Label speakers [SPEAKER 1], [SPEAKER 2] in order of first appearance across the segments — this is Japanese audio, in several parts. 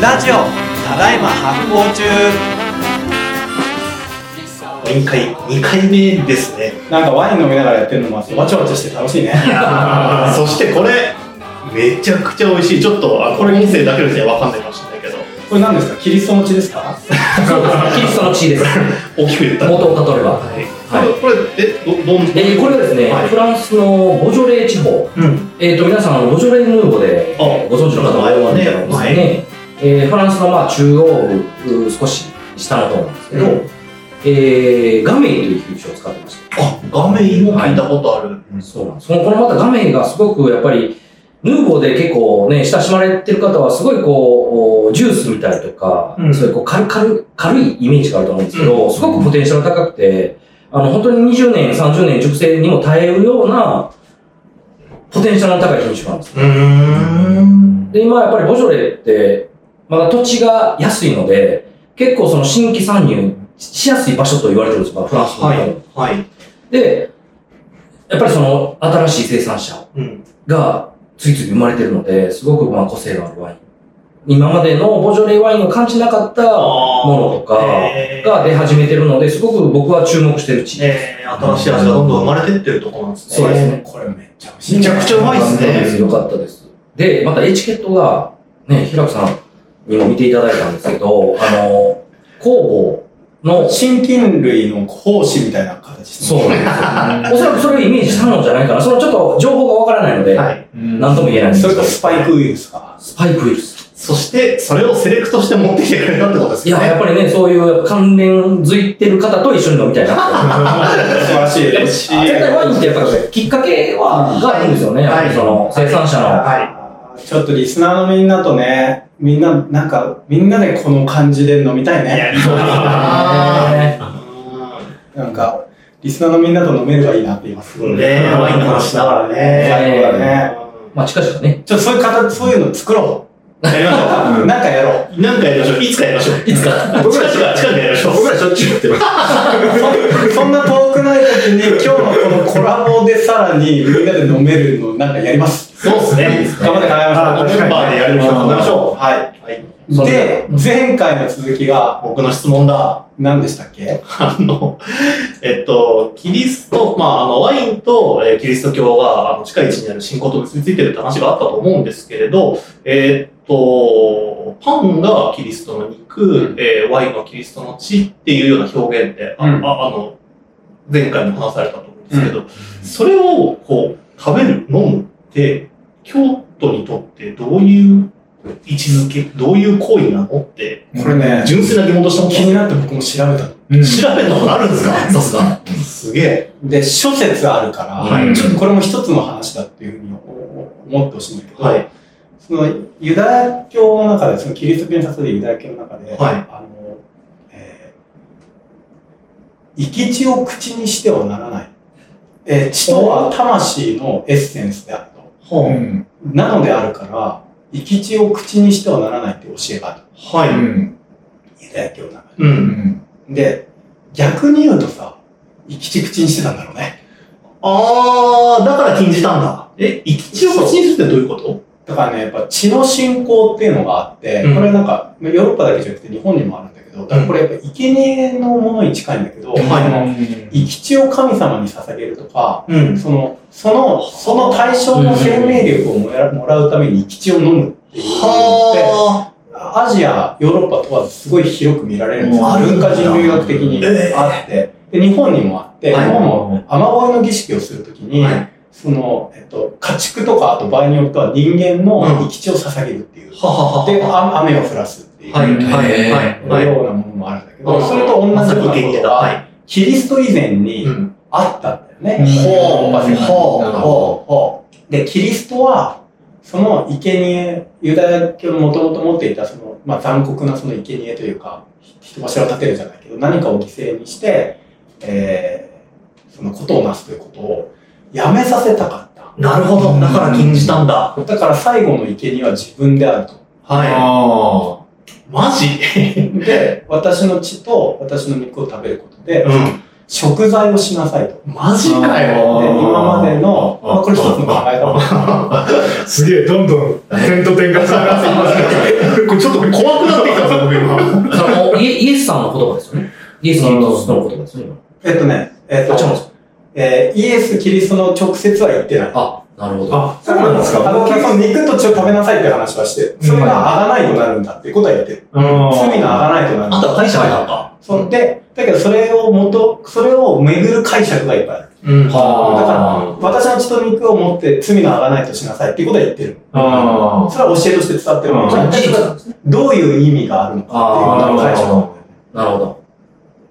[SPEAKER 1] ラジオただいま発行中
[SPEAKER 2] 臨界2回目ですね
[SPEAKER 3] なんかワイン飲みながらやってるのもあってわちゃわちゃして楽しいね。
[SPEAKER 2] そしてこれめちゃくちゃ美味しいちょっとあこれ音声だけですね分かんないかもしれないけど
[SPEAKER 3] これ何ですか？キリストの血ですか？
[SPEAKER 4] そうですキリストの血です
[SPEAKER 2] 大きく言ったら
[SPEAKER 4] 元をたどれば、
[SPEAKER 2] はい、
[SPEAKER 4] はい
[SPEAKER 2] これこれえどどん
[SPEAKER 4] えーこれはですね、
[SPEAKER 2] はい
[SPEAKER 4] フランスのボジョレー地方、
[SPEAKER 2] うん
[SPEAKER 4] えー、と皆さんボジョレーヌーボで
[SPEAKER 2] あ
[SPEAKER 4] ご存知の方も多いんじゃないですかね、えーフランスのまあ中央部う少し下の方なんですけど、
[SPEAKER 2] うん
[SPEAKER 4] えーガメイという品種を使ってまして
[SPEAKER 2] あ画面も聞いたことある、
[SPEAKER 4] そうなんですそのこのまたガメイがすごくやっぱりヌーボーで結構ね、親しまれてる方はすごいこう、ジュースみたいとか、
[SPEAKER 2] うん
[SPEAKER 4] そういうこう軽軽軽いイメージがあると思うんですけど、すごくポテンシャル高くて、あの本当に20年、30年熟成にも耐えるような、ポテンシャルの高い品種なんです
[SPEAKER 2] うーん
[SPEAKER 4] で、今やっぱりボジョレーって、まだ土地が安いので、結構その新規参入しやすい場所と言われてるんですよ、フランスの、
[SPEAKER 2] はいはい
[SPEAKER 4] で、やっぱりその新しい生産者
[SPEAKER 2] うん
[SPEAKER 4] が次々生まれてるので、すごくまあ個性のあるワイン。今までのボジョレーワインの感じなかったものとか
[SPEAKER 2] えー
[SPEAKER 4] が出始めてるので、すごく僕は注目してる地域。
[SPEAKER 2] えー、新しい味がどんどん生まれてってるところなんですね
[SPEAKER 4] そうですね
[SPEAKER 3] これめっちゃ美味しい。
[SPEAKER 2] めちゃくちゃうまいですね
[SPEAKER 4] よかったです。で、またエチケットが、ね、平子さんにも見ていただいたんですけど、あの、工房の、
[SPEAKER 3] 真菌類の胞子みたいな形です
[SPEAKER 4] そう
[SPEAKER 3] ね。
[SPEAKER 4] なんですよ。おそらくそれをイメージしたのじゃないかな。そのちょっと情報がわからないので、
[SPEAKER 2] はい
[SPEAKER 4] 何とも言えないんです
[SPEAKER 3] そ
[SPEAKER 4] け
[SPEAKER 3] れ
[SPEAKER 4] ど
[SPEAKER 3] とスパイクウイルスか。
[SPEAKER 4] スパイクウイルス。
[SPEAKER 2] そしてそれをセレクトして持ってきてくれたってことで
[SPEAKER 4] い
[SPEAKER 2] すよ
[SPEAKER 4] や、
[SPEAKER 2] ね
[SPEAKER 4] やっぱりね、そういう関連づいてる方と一緒に飲みたいなって。
[SPEAKER 3] 素晴らしい。
[SPEAKER 2] 嬉しい
[SPEAKER 4] 絶対ワインってやっぱりきっかけは、があるんですよね。
[SPEAKER 2] はい
[SPEAKER 4] やっぱりその生産者の。
[SPEAKER 2] はい
[SPEAKER 3] い。ちょっとリスナーのみんなとね、みんな、なんか、みんなでこの感じで飲みたいね。
[SPEAKER 2] あ
[SPEAKER 4] ね
[SPEAKER 3] なんか、リスナーのみんなと飲めればいいなって今すごい。
[SPEAKER 2] ねワインの話しながらね
[SPEAKER 3] 最高だね。
[SPEAKER 4] まあ、近々ね。
[SPEAKER 3] ちょっとそういう形、そういうの作ろ
[SPEAKER 2] やりましょ
[SPEAKER 3] う。なんかやろう。
[SPEAKER 2] う。なんかやりましょう。いつかやりましょう。
[SPEAKER 4] いつか。
[SPEAKER 2] 僕らしか、近くやりましょう。僕らしょっちゅうやってます。
[SPEAKER 3] そそんな遠くない時に、今日のこのコラボでさらにみんなで飲めるのなんかやります。
[SPEAKER 2] そうですね。
[SPEAKER 3] 頑張って考え
[SPEAKER 2] あ
[SPEAKER 3] ましょう。
[SPEAKER 2] メンバーでやりましょう。考えましょう。はい。
[SPEAKER 4] そう
[SPEAKER 3] で、前回の続きが
[SPEAKER 2] 僕の質問だ。
[SPEAKER 3] 何でしたっけ
[SPEAKER 2] あの、えっと、キリスト、まあ、あの、ワインと、えーキリスト教が、あの、近い位置にある信仰と結びついてるって話があったと思うんですけれど、えーっと、パンがキリストの肉、えーワインがキリストの血っていうような表現で、あ,、
[SPEAKER 3] うん
[SPEAKER 2] ああの、前回も話されたと思うんですけど、それを、こう、食べる、飲むって、京都にとってどういう位置づけ、どういう行為なのって、
[SPEAKER 3] これね、
[SPEAKER 2] 純粋な疑問として思っ
[SPEAKER 3] 気
[SPEAKER 2] た
[SPEAKER 3] になって僕も調べたの。
[SPEAKER 5] うん
[SPEAKER 2] 調べたことあるんですか
[SPEAKER 4] さすが。
[SPEAKER 2] すげえ。
[SPEAKER 3] で、諸説あるから、
[SPEAKER 2] はい
[SPEAKER 3] ちょっとこれも一つの話だっていうふうに思ってほしいんだけど、
[SPEAKER 2] はい。
[SPEAKER 3] そのユダヤ教の中で、そのキリスト教に誘るユダヤ教の中で、
[SPEAKER 2] はい
[SPEAKER 3] あの、えー、生き血を口にしてはならない。えー血とは魂のエッセンスであると。
[SPEAKER 2] は
[SPEAKER 5] うん
[SPEAKER 3] なのであるから、生き血を口にしてはならないって教えがある。
[SPEAKER 2] は
[SPEAKER 5] う
[SPEAKER 2] い。
[SPEAKER 5] ん
[SPEAKER 3] ユダヤ教の中
[SPEAKER 2] う。
[SPEAKER 5] うんん
[SPEAKER 3] で。で、逆に言うとさ、生き血口にしてたんだろうね。
[SPEAKER 2] あー、だから禁じたんだ。え、生き血を口にするってどういうこと
[SPEAKER 3] だからね、やっぱ血の信仰っていうのがあって、
[SPEAKER 2] うん
[SPEAKER 3] これなんか、ヨーロッパだけじゃなくて日本にもあるんだけど、だからこれやっぱ生贄のものに近いんだけど、
[SPEAKER 2] はい
[SPEAKER 3] その生き血を神様に捧げるとか、
[SPEAKER 2] うん。
[SPEAKER 3] その、その、その対象の生命力をもらもらうために生き血を飲むっていうのって、
[SPEAKER 2] は
[SPEAKER 3] アジア、ヨーロッパ問わずすごい広く見られるんですよ
[SPEAKER 2] もうあるん
[SPEAKER 3] 文
[SPEAKER 2] だ
[SPEAKER 3] 化人類学的に
[SPEAKER 2] ええ
[SPEAKER 3] あって、で日本にもあって、
[SPEAKER 2] はい
[SPEAKER 3] 日本も雨乞いの儀式をするとき
[SPEAKER 2] ー。
[SPEAKER 3] に、その、えっと、家畜とか、あと場合によっては人間の生き血を捧げるっていう。
[SPEAKER 2] ははは。
[SPEAKER 3] で、あ雨を降らすっていう、
[SPEAKER 2] はい、はい、はい。はい。
[SPEAKER 3] ようなものもあるんだけど、それと同じよう
[SPEAKER 2] ま
[SPEAKER 3] な
[SPEAKER 2] さ
[SPEAKER 3] こ
[SPEAKER 2] に受け入れ
[SPEAKER 3] と
[SPEAKER 2] た。は
[SPEAKER 3] が、
[SPEAKER 2] い。
[SPEAKER 3] キリスト以前に
[SPEAKER 2] うん。
[SPEAKER 3] あったんだよね。
[SPEAKER 2] ほう、
[SPEAKER 3] バスが
[SPEAKER 2] ほう、ほう、ほ
[SPEAKER 3] で、キリストは、その生贄、ユダヤ教のもともと持っていたその、まあ、残酷なその生贄というか、人柱を立てるじゃないけど、何かを犠牲にして、えー、そのことをなすということをやめさせたかった。
[SPEAKER 2] う。なるほど。だから禁じたんだ。
[SPEAKER 3] だから最後の生贄は自分であると。
[SPEAKER 2] は
[SPEAKER 5] あ
[SPEAKER 2] い。マジ
[SPEAKER 3] で、私の血と私の肉を食べることで、
[SPEAKER 2] うん。
[SPEAKER 3] 食材をしなさいと。
[SPEAKER 2] マジかよ。
[SPEAKER 3] で
[SPEAKER 5] あー
[SPEAKER 3] 今までの、まあ、これ一つの考え方。
[SPEAKER 5] すげえ、どんどん点と点が重なってきますね。これちょっと怖くなってきたぞ、僕今。
[SPEAKER 4] それもイエイエスさんの言葉ですよね。イエス・キリストの言葉ですよね。
[SPEAKER 3] えっとね、えっ
[SPEAKER 4] 今あ、違う
[SPEAKER 3] と、
[SPEAKER 4] んですか
[SPEAKER 3] えーイエス・キリストの直接は言ってない。
[SPEAKER 4] あ、なるほど。
[SPEAKER 5] あ、そうなんです
[SPEAKER 3] あ
[SPEAKER 5] か。
[SPEAKER 3] の、結構肉と血を食べなさいって話はして、それがあがないとなるんだってことは言ってる。罪があがないとなるん
[SPEAKER 2] あん
[SPEAKER 3] だ。
[SPEAKER 2] たは会社入ったんか。
[SPEAKER 3] そんで、だけどそれを元、それを巡る解釈がいっぱいある。
[SPEAKER 2] うん。
[SPEAKER 3] だか
[SPEAKER 4] は
[SPEAKER 3] ら、私の血と肉を持って罪があがないとしなさいっていうことは言ってる。
[SPEAKER 5] あ
[SPEAKER 3] それは教えとして伝わってるもん
[SPEAKER 5] うん
[SPEAKER 3] だけ
[SPEAKER 4] 事実
[SPEAKER 3] ど
[SPEAKER 4] なんですね。
[SPEAKER 3] どういう意味があるのかっていうことの解釈なんだよね
[SPEAKER 4] なるほど。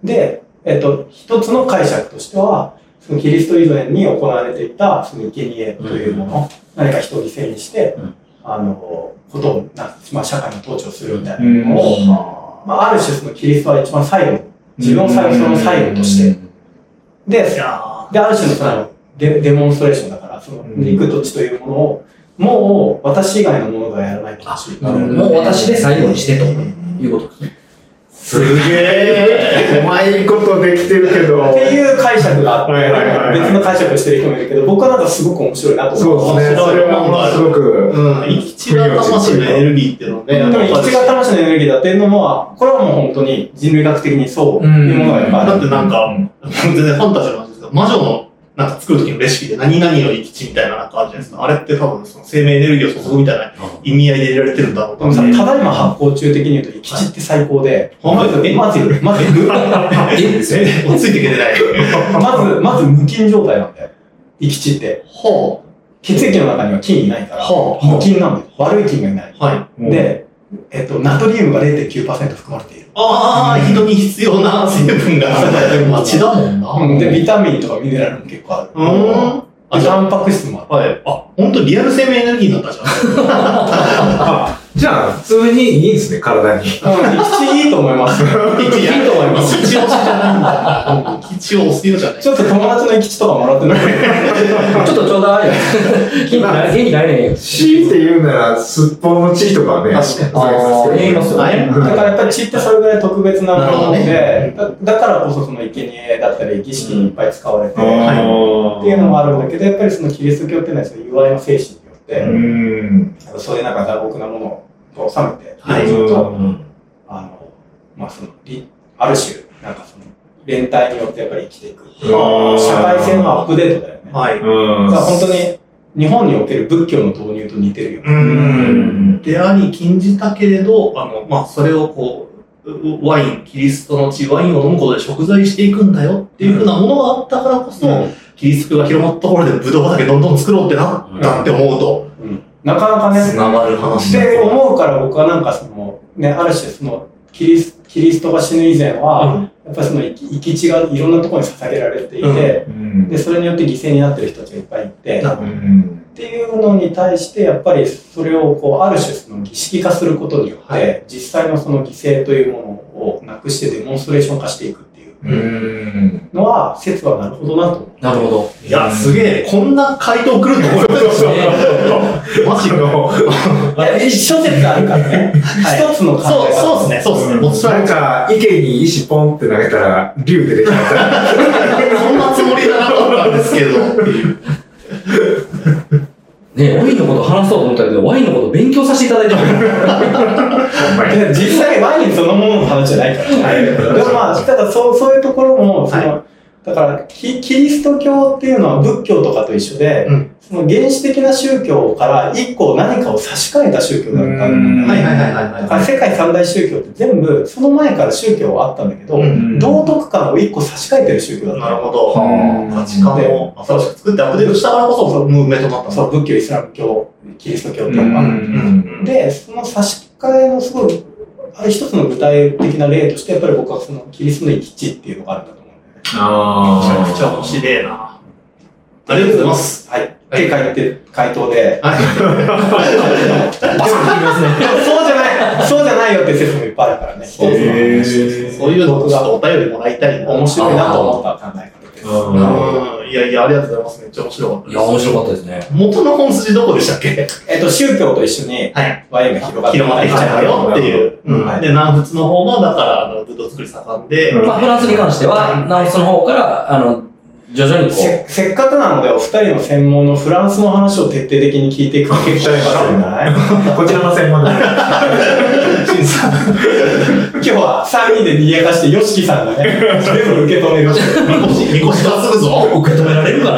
[SPEAKER 3] で、えっと、一つの解釈としては、そのキリスト以前に行われていた、その生贄というもの、何か人を犠牲にして、
[SPEAKER 4] うん
[SPEAKER 3] あの、ことをな、まあ、社会の統治をするみたい
[SPEAKER 5] あ。
[SPEAKER 3] なのを、まあ、ある種そのキリストは一番最後、自分を最後、その最後として、
[SPEAKER 5] て。
[SPEAKER 3] で、
[SPEAKER 2] いや
[SPEAKER 3] で、ある種のそのデデモンストレーションだから、その
[SPEAKER 5] うん
[SPEAKER 3] 肉と血というものを、もう私以外のものがやらないと
[SPEAKER 4] あ
[SPEAKER 3] 私、
[SPEAKER 4] なるほど。もう私で最後にしてということですね。
[SPEAKER 5] すげえ、うまいことできてるけど。
[SPEAKER 3] っていう解釈があって、
[SPEAKER 5] はいはいはいはい
[SPEAKER 3] 別の解釈をしてる人もいるけど、僕はなんかすごく面白いなと思う。
[SPEAKER 5] そうですね。それはものすごく。
[SPEAKER 2] うん。生き血が魂のエネルギーっていうのはね、
[SPEAKER 3] で
[SPEAKER 2] や
[SPEAKER 3] も
[SPEAKER 2] っぱり
[SPEAKER 3] 生き血が魂のエネルギーだっていうのは、これはもう本当に人類学的にそういうものがやっぱあ
[SPEAKER 2] だ
[SPEAKER 3] る。
[SPEAKER 2] ってなんか、全然ファンタジーの話ですけど、魔女のなんか作る時のレシピで何々の生き血みたいななんかあるじゃないですか。あれって多分その生命エネルギーを注ぐみたいな意味合いで入れられてるんだろう
[SPEAKER 3] で
[SPEAKER 2] と
[SPEAKER 3] もさ
[SPEAKER 2] 思
[SPEAKER 3] ただいま発行中的に言うと、生き血って最高で、
[SPEAKER 2] はい
[SPEAKER 3] まず、まず、まず、ま
[SPEAKER 4] え
[SPEAKER 2] え、落ち着いていけてない。
[SPEAKER 3] ず、まず無菌状態なんだよ。生き血って。
[SPEAKER 2] ほ
[SPEAKER 3] 血液の中には菌いないから、
[SPEAKER 2] はあ
[SPEAKER 3] 無菌なんだよ。悪い菌がいない。
[SPEAKER 2] う。はい。
[SPEAKER 3] で、えっと、ナトリウムが0.9%含まれている。
[SPEAKER 2] ああ、人に必要な成分が、まあ血だもんな。う
[SPEAKER 3] で、ビタミンとかミネラルも結構ある。
[SPEAKER 2] ーん。あ、
[SPEAKER 3] で
[SPEAKER 2] じゃ
[SPEAKER 3] タンパク質もある。
[SPEAKER 2] あ、はい。あ、ほんとリアル生命エネルギーになったじゃん。
[SPEAKER 5] あ、じゃあ、普通にいいんですね、体に。
[SPEAKER 3] うん、生き血いいと思います。
[SPEAKER 2] いいと思い ます。一押しじゃないんだ。一押しじゃない。
[SPEAKER 3] ちょっと友達の生き血とかもらってない。
[SPEAKER 4] ちょっとちょうだい。元気ない、元気ないね。
[SPEAKER 5] 強いて言うなら、すっぽんの地とかは
[SPEAKER 2] 確
[SPEAKER 5] ね。
[SPEAKER 4] かに
[SPEAKER 5] そうですけど
[SPEAKER 4] あー言いますよね
[SPEAKER 5] うん
[SPEAKER 3] だからやっぱり血ってそれぐらい特別なもので、
[SPEAKER 2] なる
[SPEAKER 3] だだからこそその生贄だったり儀式にいっぱい使われて、
[SPEAKER 5] あ
[SPEAKER 3] っ
[SPEAKER 5] ー
[SPEAKER 3] ていうのもあるんだけど、やっぱりそのキリスト教っていうのはその友愛の精神によって、
[SPEAKER 5] うん。
[SPEAKER 3] なんかそういうなんか残酷なものを収めて、
[SPEAKER 2] はい
[SPEAKER 3] ずっと
[SPEAKER 4] うん。
[SPEAKER 3] あの、まあ、その、りある種、なんかその、連帯によってやっぱり生きていくっていう。
[SPEAKER 5] あー
[SPEAKER 3] 社会性のアップデートだよね。
[SPEAKER 2] はい。
[SPEAKER 5] うん
[SPEAKER 3] だから本当に、日本における仏教の導入と似てるよね。
[SPEAKER 5] うん。
[SPEAKER 2] であり、禁じたけれど、あの、まあ、それをこうう、ワイン、キリストの血、ワインを飲むことで食材していくんだよっていうふうなものがあったからこそ、キリスト教が広まったところでブドウ畑どんどん作ろうってなったって思うと、
[SPEAKER 3] うんなかなか
[SPEAKER 2] つ
[SPEAKER 3] ね、
[SPEAKER 2] ながる話
[SPEAKER 3] っ
[SPEAKER 2] だ
[SPEAKER 3] て
[SPEAKER 2] と
[SPEAKER 3] 思うから僕はなんかその、ね、ある種その、キリスキリストが死ぬ以前は、
[SPEAKER 2] うん
[SPEAKER 3] やっぱりその生き生き血がいろんなところに捧げられていて、
[SPEAKER 2] うん
[SPEAKER 5] うん
[SPEAKER 3] で、それによって犠牲になってる人たちがいっぱいいて、
[SPEAKER 2] な
[SPEAKER 5] うん
[SPEAKER 3] っていうのに対して、やっぱりそれをこう、ある種その儀式化することによって、
[SPEAKER 2] は
[SPEAKER 3] 実際のその犠牲というものをなくしてデモンストレーション化していくっていう
[SPEAKER 5] うん。
[SPEAKER 3] のは、説はなるほどなと思う。
[SPEAKER 4] なるほど。
[SPEAKER 2] いや、すげえ、こんな回答来るのこ
[SPEAKER 5] そうそう。
[SPEAKER 2] れ、マジ
[SPEAKER 5] あ
[SPEAKER 2] か。
[SPEAKER 5] の
[SPEAKER 3] いや一諸説あるから ね。一つの考え
[SPEAKER 2] そう、
[SPEAKER 3] 方
[SPEAKER 2] そうですね、そうですね。もちろ
[SPEAKER 5] なん
[SPEAKER 2] ん、
[SPEAKER 5] か、池に石ポンって投げたら、竜出てきた。
[SPEAKER 2] そんなつもりだなと思ったんですけど、
[SPEAKER 4] ねワインのこと話そうと思ったけど、ワインのこと勉強させていただいてる。
[SPEAKER 5] ほんまに
[SPEAKER 3] で実際ワインそのものの話じゃないから。でもまあ、ただそう、そういうところも、その、だからキ、キリスト教っていうのは仏教とかと一緒で、
[SPEAKER 2] うん
[SPEAKER 3] その原始的な宗教から一個何かを差し替えた宗教だったから、
[SPEAKER 5] うん
[SPEAKER 2] はいはいはいはいはい
[SPEAKER 3] だから世界三大宗教って全部、その前から宗教はあったんだけど、
[SPEAKER 2] うん
[SPEAKER 3] 道徳観を一個差し替えてる宗教だった。
[SPEAKER 2] なるほど。
[SPEAKER 5] はあ
[SPEAKER 2] 価値観を新しく作ってアップデートしたからこそ、ムーブメントになったんだ
[SPEAKER 3] そう、仏教、イスラム教、キリスト教っていうのが。
[SPEAKER 5] うん
[SPEAKER 3] で、その差し替えのすごい、あれ一つの具体的な例として、やっぱり僕はそのキリストの生き地っていうのがあるんだと思うんだよね。
[SPEAKER 5] あ
[SPEAKER 2] めちゃくちゃ面
[SPEAKER 5] い。
[SPEAKER 2] 白いな。ありがとうございます。
[SPEAKER 3] はい。って書いて、回答で。そうじゃない、そうじゃないよって説もいっぱいあるからね。
[SPEAKER 2] そう
[SPEAKER 5] ですね
[SPEAKER 2] そういうのをちょっとお便りもらいたいな。
[SPEAKER 3] 面白いなと思った考え方です。
[SPEAKER 5] うん
[SPEAKER 2] うん。いやいや、ありがとうございます。めっちゃ面白かった
[SPEAKER 4] い
[SPEAKER 2] で
[SPEAKER 4] や、面白かったですね。
[SPEAKER 2] す。元の本筋どこでしたっけ
[SPEAKER 3] えっと、宗教と一緒に
[SPEAKER 2] はい。
[SPEAKER 3] ワインが広がって
[SPEAKER 2] 広まってきちゃうよっていう。
[SPEAKER 5] はい
[SPEAKER 2] うんで、南仏の方も、だから、あの、ぶどう作り盛んで、
[SPEAKER 5] うん
[SPEAKER 4] まあ、フランスに関しては、ナウスの方から、あの、徐々にこ
[SPEAKER 3] せせっかくなので、お二人の専門のフランスの話を徹底的に聞いていくのが結構いんじゃない
[SPEAKER 5] こちらの専門だ。
[SPEAKER 3] シンさん。今日は3人で逃げ出して、ヨシキさんがね、全部受け止める。
[SPEAKER 5] みこし、みこし担ぐぞ。
[SPEAKER 4] う、受け止められるかな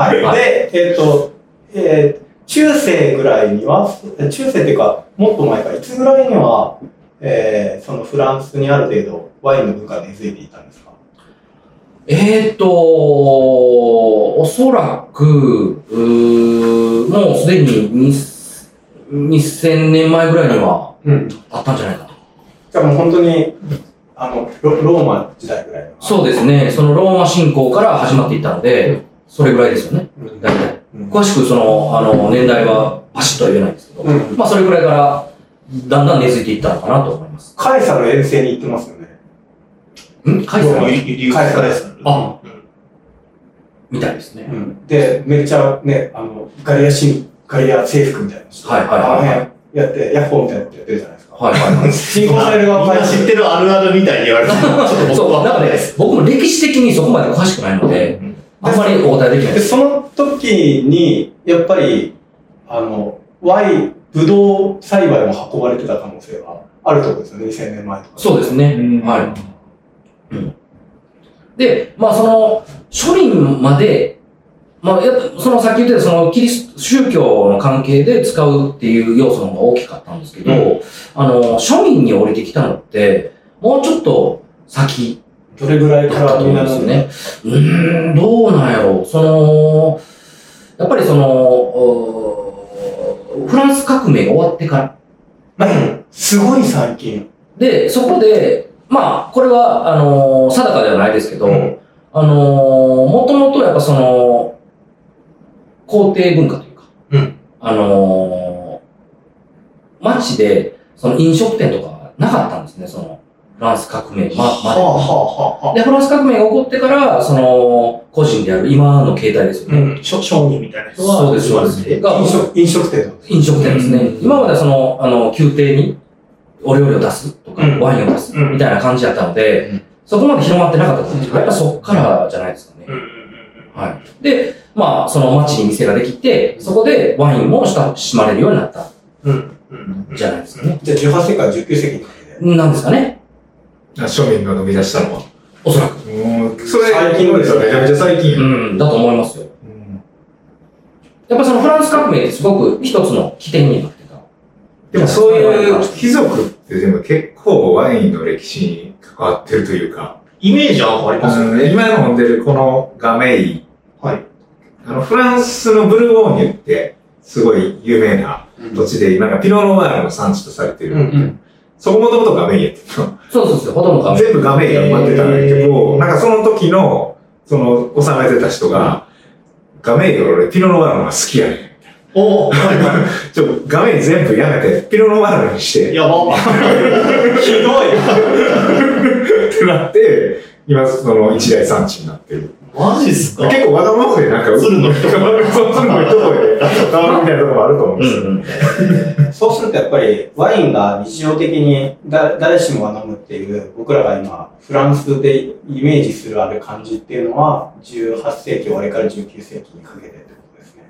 [SPEAKER 3] はい。で、えっ、と、えー中世ぐらいには、中世っていうか、もっと前か、いつぐらいには、えーそのフランスにある程度、ワインの文化が根付いていたんですか
[SPEAKER 4] えーっと、おそらく、うーもうすでにに2000年前ぐらいには
[SPEAKER 3] うん。じ
[SPEAKER 4] あったんじゃないかと。
[SPEAKER 3] ゃあもう本当に、あの、ロローマ時代ぐらいの。
[SPEAKER 4] そうですね。そのローマ侵攻から始まっていったの
[SPEAKER 3] う
[SPEAKER 4] で、それぐらいですよね。
[SPEAKER 3] うん。
[SPEAKER 4] 大体。
[SPEAKER 3] うん
[SPEAKER 4] 詳しくその、あの、年代はパシッとは言えないんですけど、
[SPEAKER 3] うん
[SPEAKER 4] まあそれぐらいから、だんだん根付いていったのかなと思います。
[SPEAKER 3] カエサル遠征に行ってますよね。
[SPEAKER 4] んカイ
[SPEAKER 3] ローマ
[SPEAKER 4] さ
[SPEAKER 2] ゆ
[SPEAKER 4] ん
[SPEAKER 2] ゆ理由
[SPEAKER 3] 返す
[SPEAKER 2] 返す
[SPEAKER 4] あみたいですね。
[SPEAKER 3] うん。で、めっちゃね、あの、ガリア新、ガリア制服みたいなのして
[SPEAKER 4] はいはいはい
[SPEAKER 3] あの辺やって、ヤッホーみたいなことやってるじゃないですか。
[SPEAKER 4] はいはいはい。
[SPEAKER 3] 進行される
[SPEAKER 5] み
[SPEAKER 3] 側
[SPEAKER 5] ん
[SPEAKER 3] から
[SPEAKER 5] な知ってるあるあるみたいに言われてる。ちょっと僕
[SPEAKER 4] そう、
[SPEAKER 5] は。
[SPEAKER 4] なんかね、僕も歴史的にそこまで詳しくないので、あんまり応対できないで。
[SPEAKER 3] ですその時に、やっぱり、あの、ワイン、ブドウ栽培も運ばれてた可能性はあるってことですよね、2000年前とか。
[SPEAKER 4] そうですね。はい。で、まあその、庶民まで、まあやっぱ、そのさっき言ってたそのキリスト、宗教の関係で使うっていう要素の方が大きかったんですけど、あの、庶民に降りてきたのって、もうちょっと先
[SPEAKER 3] どれぐらいか
[SPEAKER 4] だった
[SPEAKER 3] ら
[SPEAKER 4] と
[SPEAKER 3] み
[SPEAKER 4] 思うんん
[SPEAKER 3] な
[SPEAKER 4] です
[SPEAKER 3] の
[SPEAKER 4] よね。。うーん、どうなんやろう。その、やっぱりその、おフランス革命が終わってから、
[SPEAKER 3] まあすごい最近。
[SPEAKER 4] で、そこで、まあ、これは、あのー定かではないですけど、
[SPEAKER 3] うん
[SPEAKER 4] あのーもともとやっぱその、皇帝文化というか、
[SPEAKER 2] うん
[SPEAKER 4] あのー街で、その飲食店とかなかったんですね、その、フランス革命まま
[SPEAKER 3] はあはあはあはあ。
[SPEAKER 4] で。で、フランス革命が起こってから、その、個人である今の形態ですよね。
[SPEAKER 2] うん。しょ商人みたいな人は、
[SPEAKER 4] そうです、そうです。が
[SPEAKER 3] 飲食飲食店の。
[SPEAKER 4] 飲食店ですね。
[SPEAKER 2] うん
[SPEAKER 4] 今まではその、あの、宮廷にお料理を出すとか、
[SPEAKER 2] うん
[SPEAKER 4] ワインを出す
[SPEAKER 2] うん
[SPEAKER 4] みたいな感じだったので、
[SPEAKER 3] うん
[SPEAKER 4] そこまで広まってなかったと思うんですけど、やっぱそっからじゃないですかね。
[SPEAKER 2] うんうん
[SPEAKER 4] はい。で、まあ、その町に店ができて、そこでワインも親しまれるようになった
[SPEAKER 2] うんうん。うんうん。
[SPEAKER 4] じゃないですかね。
[SPEAKER 3] じゃあ18世紀から19世紀にかけて。
[SPEAKER 4] なんですかね。
[SPEAKER 5] 庶民が飲み出したのは。
[SPEAKER 4] おそらく。
[SPEAKER 5] うん、それ、
[SPEAKER 3] 最近ですよね
[SPEAKER 5] めちゃめちゃ最近や
[SPEAKER 4] う。ん、だと思いますよ。やっぱそのフランス革命ってすごく一つの起点になってた。
[SPEAKER 5] でもそういう貴族ってでも結構ワインの歴史に関わってるというか、
[SPEAKER 2] イメージは変わりますよ
[SPEAKER 5] うん
[SPEAKER 2] ね。
[SPEAKER 5] 今飲んでるこのガメイ、
[SPEAKER 2] はい
[SPEAKER 5] あのフランスのブルゴーニュってすごい有名な土地で今がピノ・ノワールの産地とされてる。
[SPEAKER 2] うん
[SPEAKER 3] うん。
[SPEAKER 5] そこもともとガメイやってたの
[SPEAKER 4] そうそうそう、ほとんど革命。
[SPEAKER 5] 全部ガメイが埋まってたんだけ
[SPEAKER 2] へ
[SPEAKER 5] ど、
[SPEAKER 2] ー
[SPEAKER 5] なんかその時の、その、収めてた人が、ガメイより俺ピノ・ノワールの方が好きやねん。
[SPEAKER 2] おーはいは
[SPEAKER 5] ちょ、画面全部やめて、ピロノワールにし
[SPEAKER 2] い
[SPEAKER 5] て、
[SPEAKER 2] やば。
[SPEAKER 3] ひどい。
[SPEAKER 5] ってなって、今、その一大産地になってる。
[SPEAKER 2] マジっすか
[SPEAKER 5] 結構わがままで、なんか、
[SPEAKER 2] 鶴の
[SPEAKER 5] 人が、そう鶴の人がね、変わるみたいなとこもあると思うん
[SPEAKER 4] う
[SPEAKER 5] で
[SPEAKER 4] ん
[SPEAKER 5] すよ。
[SPEAKER 4] うん。
[SPEAKER 3] そうするとやっぱりワインが日常的にだ誰しもが飲むっていう僕らが今フランスでイメージするある感じっていうのは18世紀終わりから19世紀にかけてってことですね。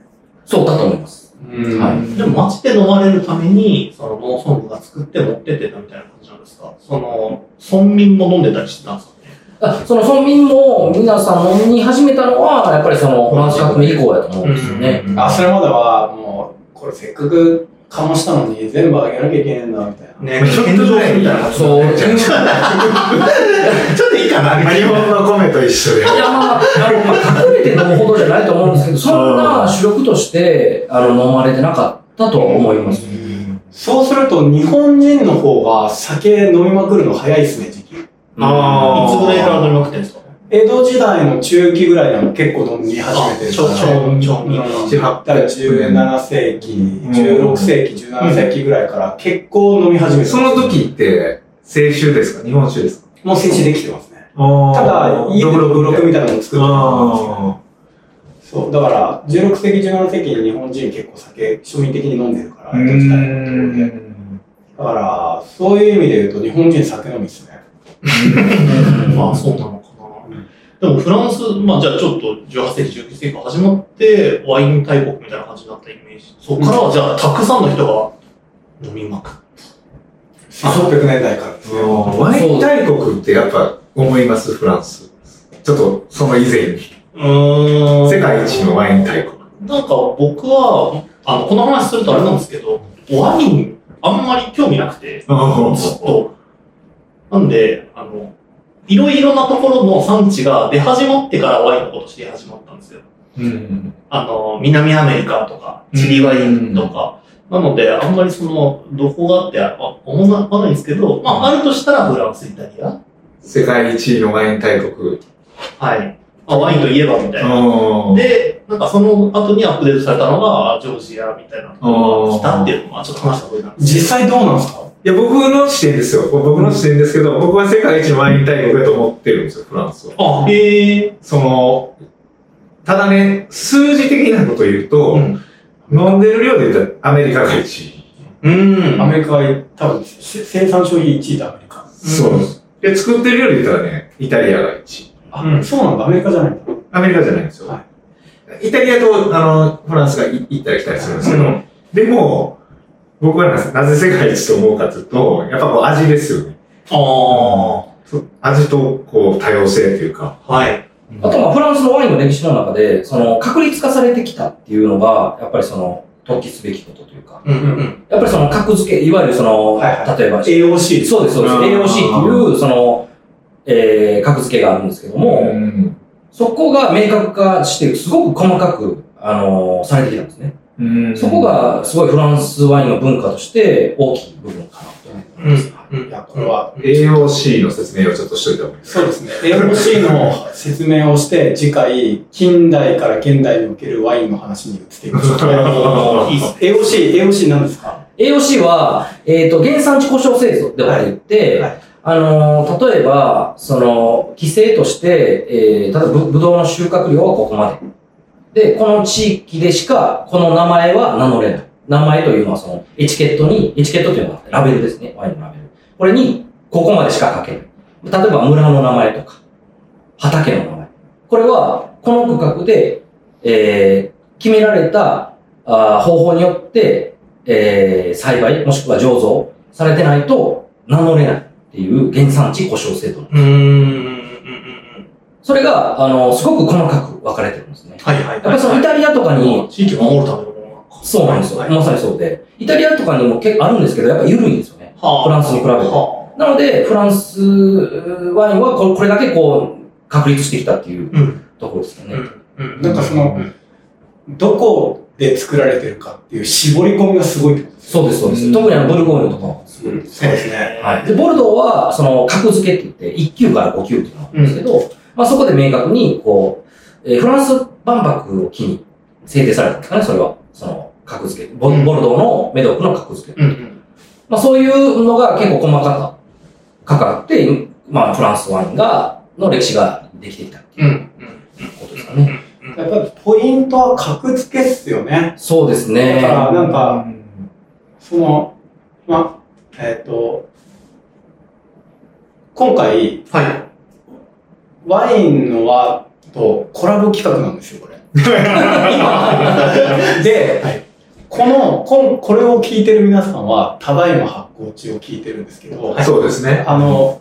[SPEAKER 4] そうだと思います。
[SPEAKER 3] うん
[SPEAKER 4] はい
[SPEAKER 2] でも街で飲まれるために、その農村部が作って持ってってたみたいな感じなんですかその、村民も飲んでたりしてたんですかね
[SPEAKER 4] あその村民も皆さん飲み始めたのは、やっぱりそのフランス革命以降やと思うんですよね。
[SPEAKER 5] うん
[SPEAKER 3] あそれまではもうこれせっかく醸したのに全部あげなきゃいけないんだみたいな。
[SPEAKER 2] ね
[SPEAKER 5] ちょっと
[SPEAKER 2] 献上するみたいな感じ
[SPEAKER 4] そういう。いや、
[SPEAKER 5] ちょっといいかな、日本の米と一緒で。
[SPEAKER 4] まあ、あの、まあ、隠れて飲むほどじゃないと思うんですけど、そんな主力として、あの、飲まれてなかったとは思います。
[SPEAKER 3] そうすると日本人の方が酒飲みまくるの早いですね時期。
[SPEAKER 5] あ
[SPEAKER 2] いつぐらいから飲みまくってんですか
[SPEAKER 3] 江戸時代の中期ぐらいには結構飲み始めてる
[SPEAKER 2] ちょ、ちょ、ちょ、
[SPEAKER 5] 七八
[SPEAKER 3] だから17世紀、16世紀、17世紀ぐらいから結構飲み始めてます
[SPEAKER 5] その時って、清酒ですか日本酒ですか
[SPEAKER 3] もう接種できてますね。た
[SPEAKER 5] た
[SPEAKER 3] だ、家でブロックみ
[SPEAKER 5] たい
[SPEAKER 3] たいなのを作る
[SPEAKER 5] あ
[SPEAKER 3] そう、だから、16世紀、17世紀に日本人結構酒、庶民的に飲んでるから、
[SPEAKER 5] ー
[SPEAKER 3] 江戸時代のところで
[SPEAKER 5] うん
[SPEAKER 3] だから、そういう意味で言うと、日本人酒飲みですね。
[SPEAKER 2] まあ、そうなのかな。でもフランス、まあじゃあちょっと18世紀、19世紀始まって、ワイン大国みたいな感じになったイメージ。そこからはじゃあたくさんの人が飲みまくっ
[SPEAKER 3] 1800年代からですね。
[SPEAKER 5] ワイン大国ってやっぱ思います、フランス。ちょっとその以前に。
[SPEAKER 2] うーん
[SPEAKER 5] 世界一のワイン大国。
[SPEAKER 2] なんか僕は、あの、この話するとあれなんですけど、ワイン、あんまり興味なくて、ずっと。なんで、あの、いろいろなところの産地が出始まってからワインのこと知り始まったんですよ。
[SPEAKER 5] うん。
[SPEAKER 2] あの、南アメリカとか、チリワインとか。なので、あんまりその、どこがってあ思わないんですけど、まあ、あるとしたらフランス、イタリア。
[SPEAKER 5] 世界一のワイン大国。
[SPEAKER 2] はい。まあ、ワインといえばみたいな。で、なんかその後にアップデートされたのが、ジョージアみたいなのが来たっていうのは、ちょっと話したことになるんです
[SPEAKER 3] 実際どうなんですか
[SPEAKER 5] いや、僕の視点ですよ。僕の視点ですけど、僕は世界一のワイン大国だと思ってるんですよ、フランスは。
[SPEAKER 2] あ、へえ。
[SPEAKER 5] その、ただね、数字的なことを言うと、
[SPEAKER 2] うん
[SPEAKER 5] 飲んでる量で言ったらアメリカが1位。
[SPEAKER 2] うん
[SPEAKER 3] アメリカは多分せ生産消費1位でアメリカ。
[SPEAKER 5] そうです。で、作ってる量で言ったらね、イタリアが1位。
[SPEAKER 3] あ、
[SPEAKER 2] うん
[SPEAKER 3] そうなんだ、アメリカじゃないんだ。
[SPEAKER 5] アメリカじゃないんですよ。
[SPEAKER 3] は
[SPEAKER 5] イタリアと、あの、フランスがい行ったり来たりするんですけど、でも、僕はななぜ世界一と思うかというと、やっぱこう味ですよね。
[SPEAKER 2] ああ。
[SPEAKER 5] そう味とこう多様性というか。
[SPEAKER 2] はい。
[SPEAKER 4] あとまあフランスのワインの歴史の中で、その確立化されてきたっていうのが、やっぱりその、突起すべきことというか、
[SPEAKER 2] うんうん
[SPEAKER 4] やっぱりその格付け、いわゆるその、
[SPEAKER 3] はいは
[SPEAKER 4] 例えば、
[SPEAKER 3] AOC。
[SPEAKER 4] そうです、そうです。
[SPEAKER 5] あ
[SPEAKER 4] AOC
[SPEAKER 5] ー
[SPEAKER 4] っていう、その、えー、格付けがあるんですけども、
[SPEAKER 5] ん。
[SPEAKER 4] そこが明確化して、すごく細かく、あのーされてきたんですね。
[SPEAKER 5] うん
[SPEAKER 4] そこ、が、すごいフランスワインの文化として、大きい部分かなと思います。
[SPEAKER 2] うん。
[SPEAKER 3] いや、これは、
[SPEAKER 5] AOC の説明をちょっとしといた方がいい。
[SPEAKER 3] そうですね。AOC の説明をして、次回、近代から現代におけるワインの話に移っていきましょう。
[SPEAKER 2] ああ、いいっすね。
[SPEAKER 3] AOC、AOC なんですか
[SPEAKER 4] AOC は、えっ、と、原産地故障製造では言って、
[SPEAKER 3] はいはい
[SPEAKER 4] あのー例えば、その、規制として、えー、例えばぶ、ぶどうの収穫量はここまで。で、この地域でしか、この名前は名乗れない。名前というのは、その、エチケットに、エチケットというのはラベルですね。ワインのラベル。これに、ここまでしか書けない。例えば、村の名前とか、畑の名前。これは、この区画で、えー、決められた、あー方法によって、えー、栽培、もしくは醸造されてないと名乗れないっていう原産地故障制度。
[SPEAKER 2] うーん。うんうんうん
[SPEAKER 4] それが、あの、すごく細かく分かれてるんですね。
[SPEAKER 2] はいはい。
[SPEAKER 4] やっぱりそのイタリアとかに、
[SPEAKER 2] 地域を守るためのものなんか。
[SPEAKER 4] そうなんですよ。
[SPEAKER 2] は
[SPEAKER 4] まさにそうで。イタリアとかにも結構あるんですけど、やっぱ緩いんですよね。
[SPEAKER 2] あ
[SPEAKER 4] フランスに比べて
[SPEAKER 2] はあ
[SPEAKER 4] なので、フランスワインはここれだけこう、確立してきたっていう
[SPEAKER 2] うん。
[SPEAKER 4] ところですよね。
[SPEAKER 2] うん。うん。
[SPEAKER 3] なんかその、どこで作られてるかっていう絞り込みがすごいってことです
[SPEAKER 4] そうです、そうで
[SPEAKER 5] う
[SPEAKER 4] す。
[SPEAKER 5] ん
[SPEAKER 4] 特にあの、ブルゴーニュとかはすごい
[SPEAKER 3] そうですね。
[SPEAKER 4] はい。で、ボルドーは、その、格付けって言って、1級から5級っていうのがあるんですけど、まあそこで明確に、こう、えーフランス万博を機に制定されたんですかね、それは。その、格付け。ボ
[SPEAKER 2] うん
[SPEAKER 4] ボルドーのメドクの格付け。
[SPEAKER 2] うんうん。
[SPEAKER 4] まあそういうのが結構細かか、かかって、まあフランスワインが、の歴史ができてきたって
[SPEAKER 2] う
[SPEAKER 4] い
[SPEAKER 2] ん
[SPEAKER 4] うことですかね。
[SPEAKER 2] うん。
[SPEAKER 3] やっぱりポイントは格付けっすよね。
[SPEAKER 4] そうです
[SPEAKER 3] だか
[SPEAKER 4] ね。
[SPEAKER 3] ら、なんか、その、ま、えっ、と、今回、
[SPEAKER 2] はい。
[SPEAKER 3] ワインのはとコラボ企画なんですよ、これ。で、このこん、これを聞いてる皆さんは、ただいま発行中を聞いてるんですけど、
[SPEAKER 5] そうですね。
[SPEAKER 3] あの、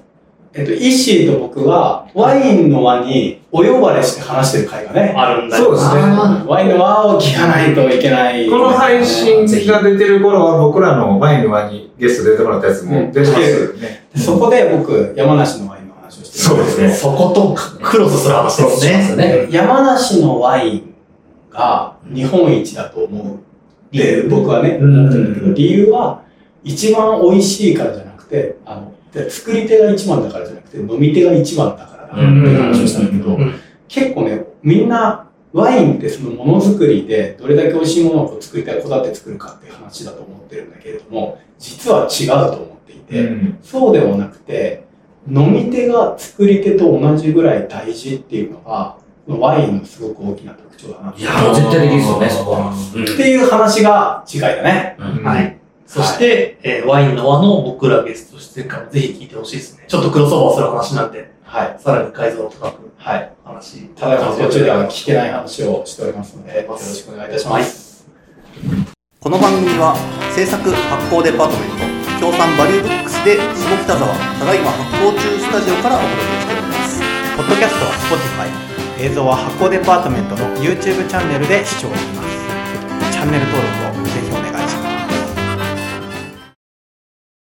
[SPEAKER 3] えっと、イッシーと僕は、ワインの輪にお呼ばれして話してる会がね、
[SPEAKER 2] あるんだ
[SPEAKER 5] そうですね
[SPEAKER 2] あ
[SPEAKER 3] ワインの輪を聞かないといけない。
[SPEAKER 5] この配信が出てる頃は僕らのワインの輪にゲスト出てもらったやつも出てますよね。
[SPEAKER 3] そこで僕、山梨のワインの話をしてる
[SPEAKER 5] そうですね
[SPEAKER 2] ーそことクロスする話です
[SPEAKER 4] そうです
[SPEAKER 2] ね。
[SPEAKER 4] ね。
[SPEAKER 3] 山梨のワインが日本一だと思うって僕はね、
[SPEAKER 5] うん
[SPEAKER 3] 思ってるんだけど、理由は一番美味しいからじゃなくて、あの、で作り手が一番だからじゃなくて、飲み手が一番だからだっていう話をしたんだけど
[SPEAKER 2] うんうんうんうん、
[SPEAKER 3] 結構ね、みんなワインってそのものづくりでどれだけ美味しいものをこう作りたい、こだわって作るかっていう話だと思ってるんだけれども、実は違うと思っていて、
[SPEAKER 5] うん
[SPEAKER 3] そうでもなくて、飲み手が作り手と同じぐらい大事っていうのが、ワインのすごく大きな特徴だな。っ
[SPEAKER 4] いや、もう絶対できるですよね、そこは。うん
[SPEAKER 3] ていう話が次回だね。
[SPEAKER 4] うん
[SPEAKER 2] はい。そして、えーワインの輪の僕らゲスト出演からもぜひ聞いてほしいですね。ちょっとクロスオーバーする話なんで。
[SPEAKER 3] はい。
[SPEAKER 2] さらに改造の価格の
[SPEAKER 3] はい。
[SPEAKER 2] 話。
[SPEAKER 3] ただいま途中では聞けない話をしておりますので、よろしくお願いいたします。
[SPEAKER 6] この番組は制作発行デパートメント協賛バリューブックスで下北沢ただいま発行中スタジオからお届けしております
[SPEAKER 1] ポッドキャストは Spotify 映像は発行デパートメントの YouTube チャンネルで視聴できますチャンネル登録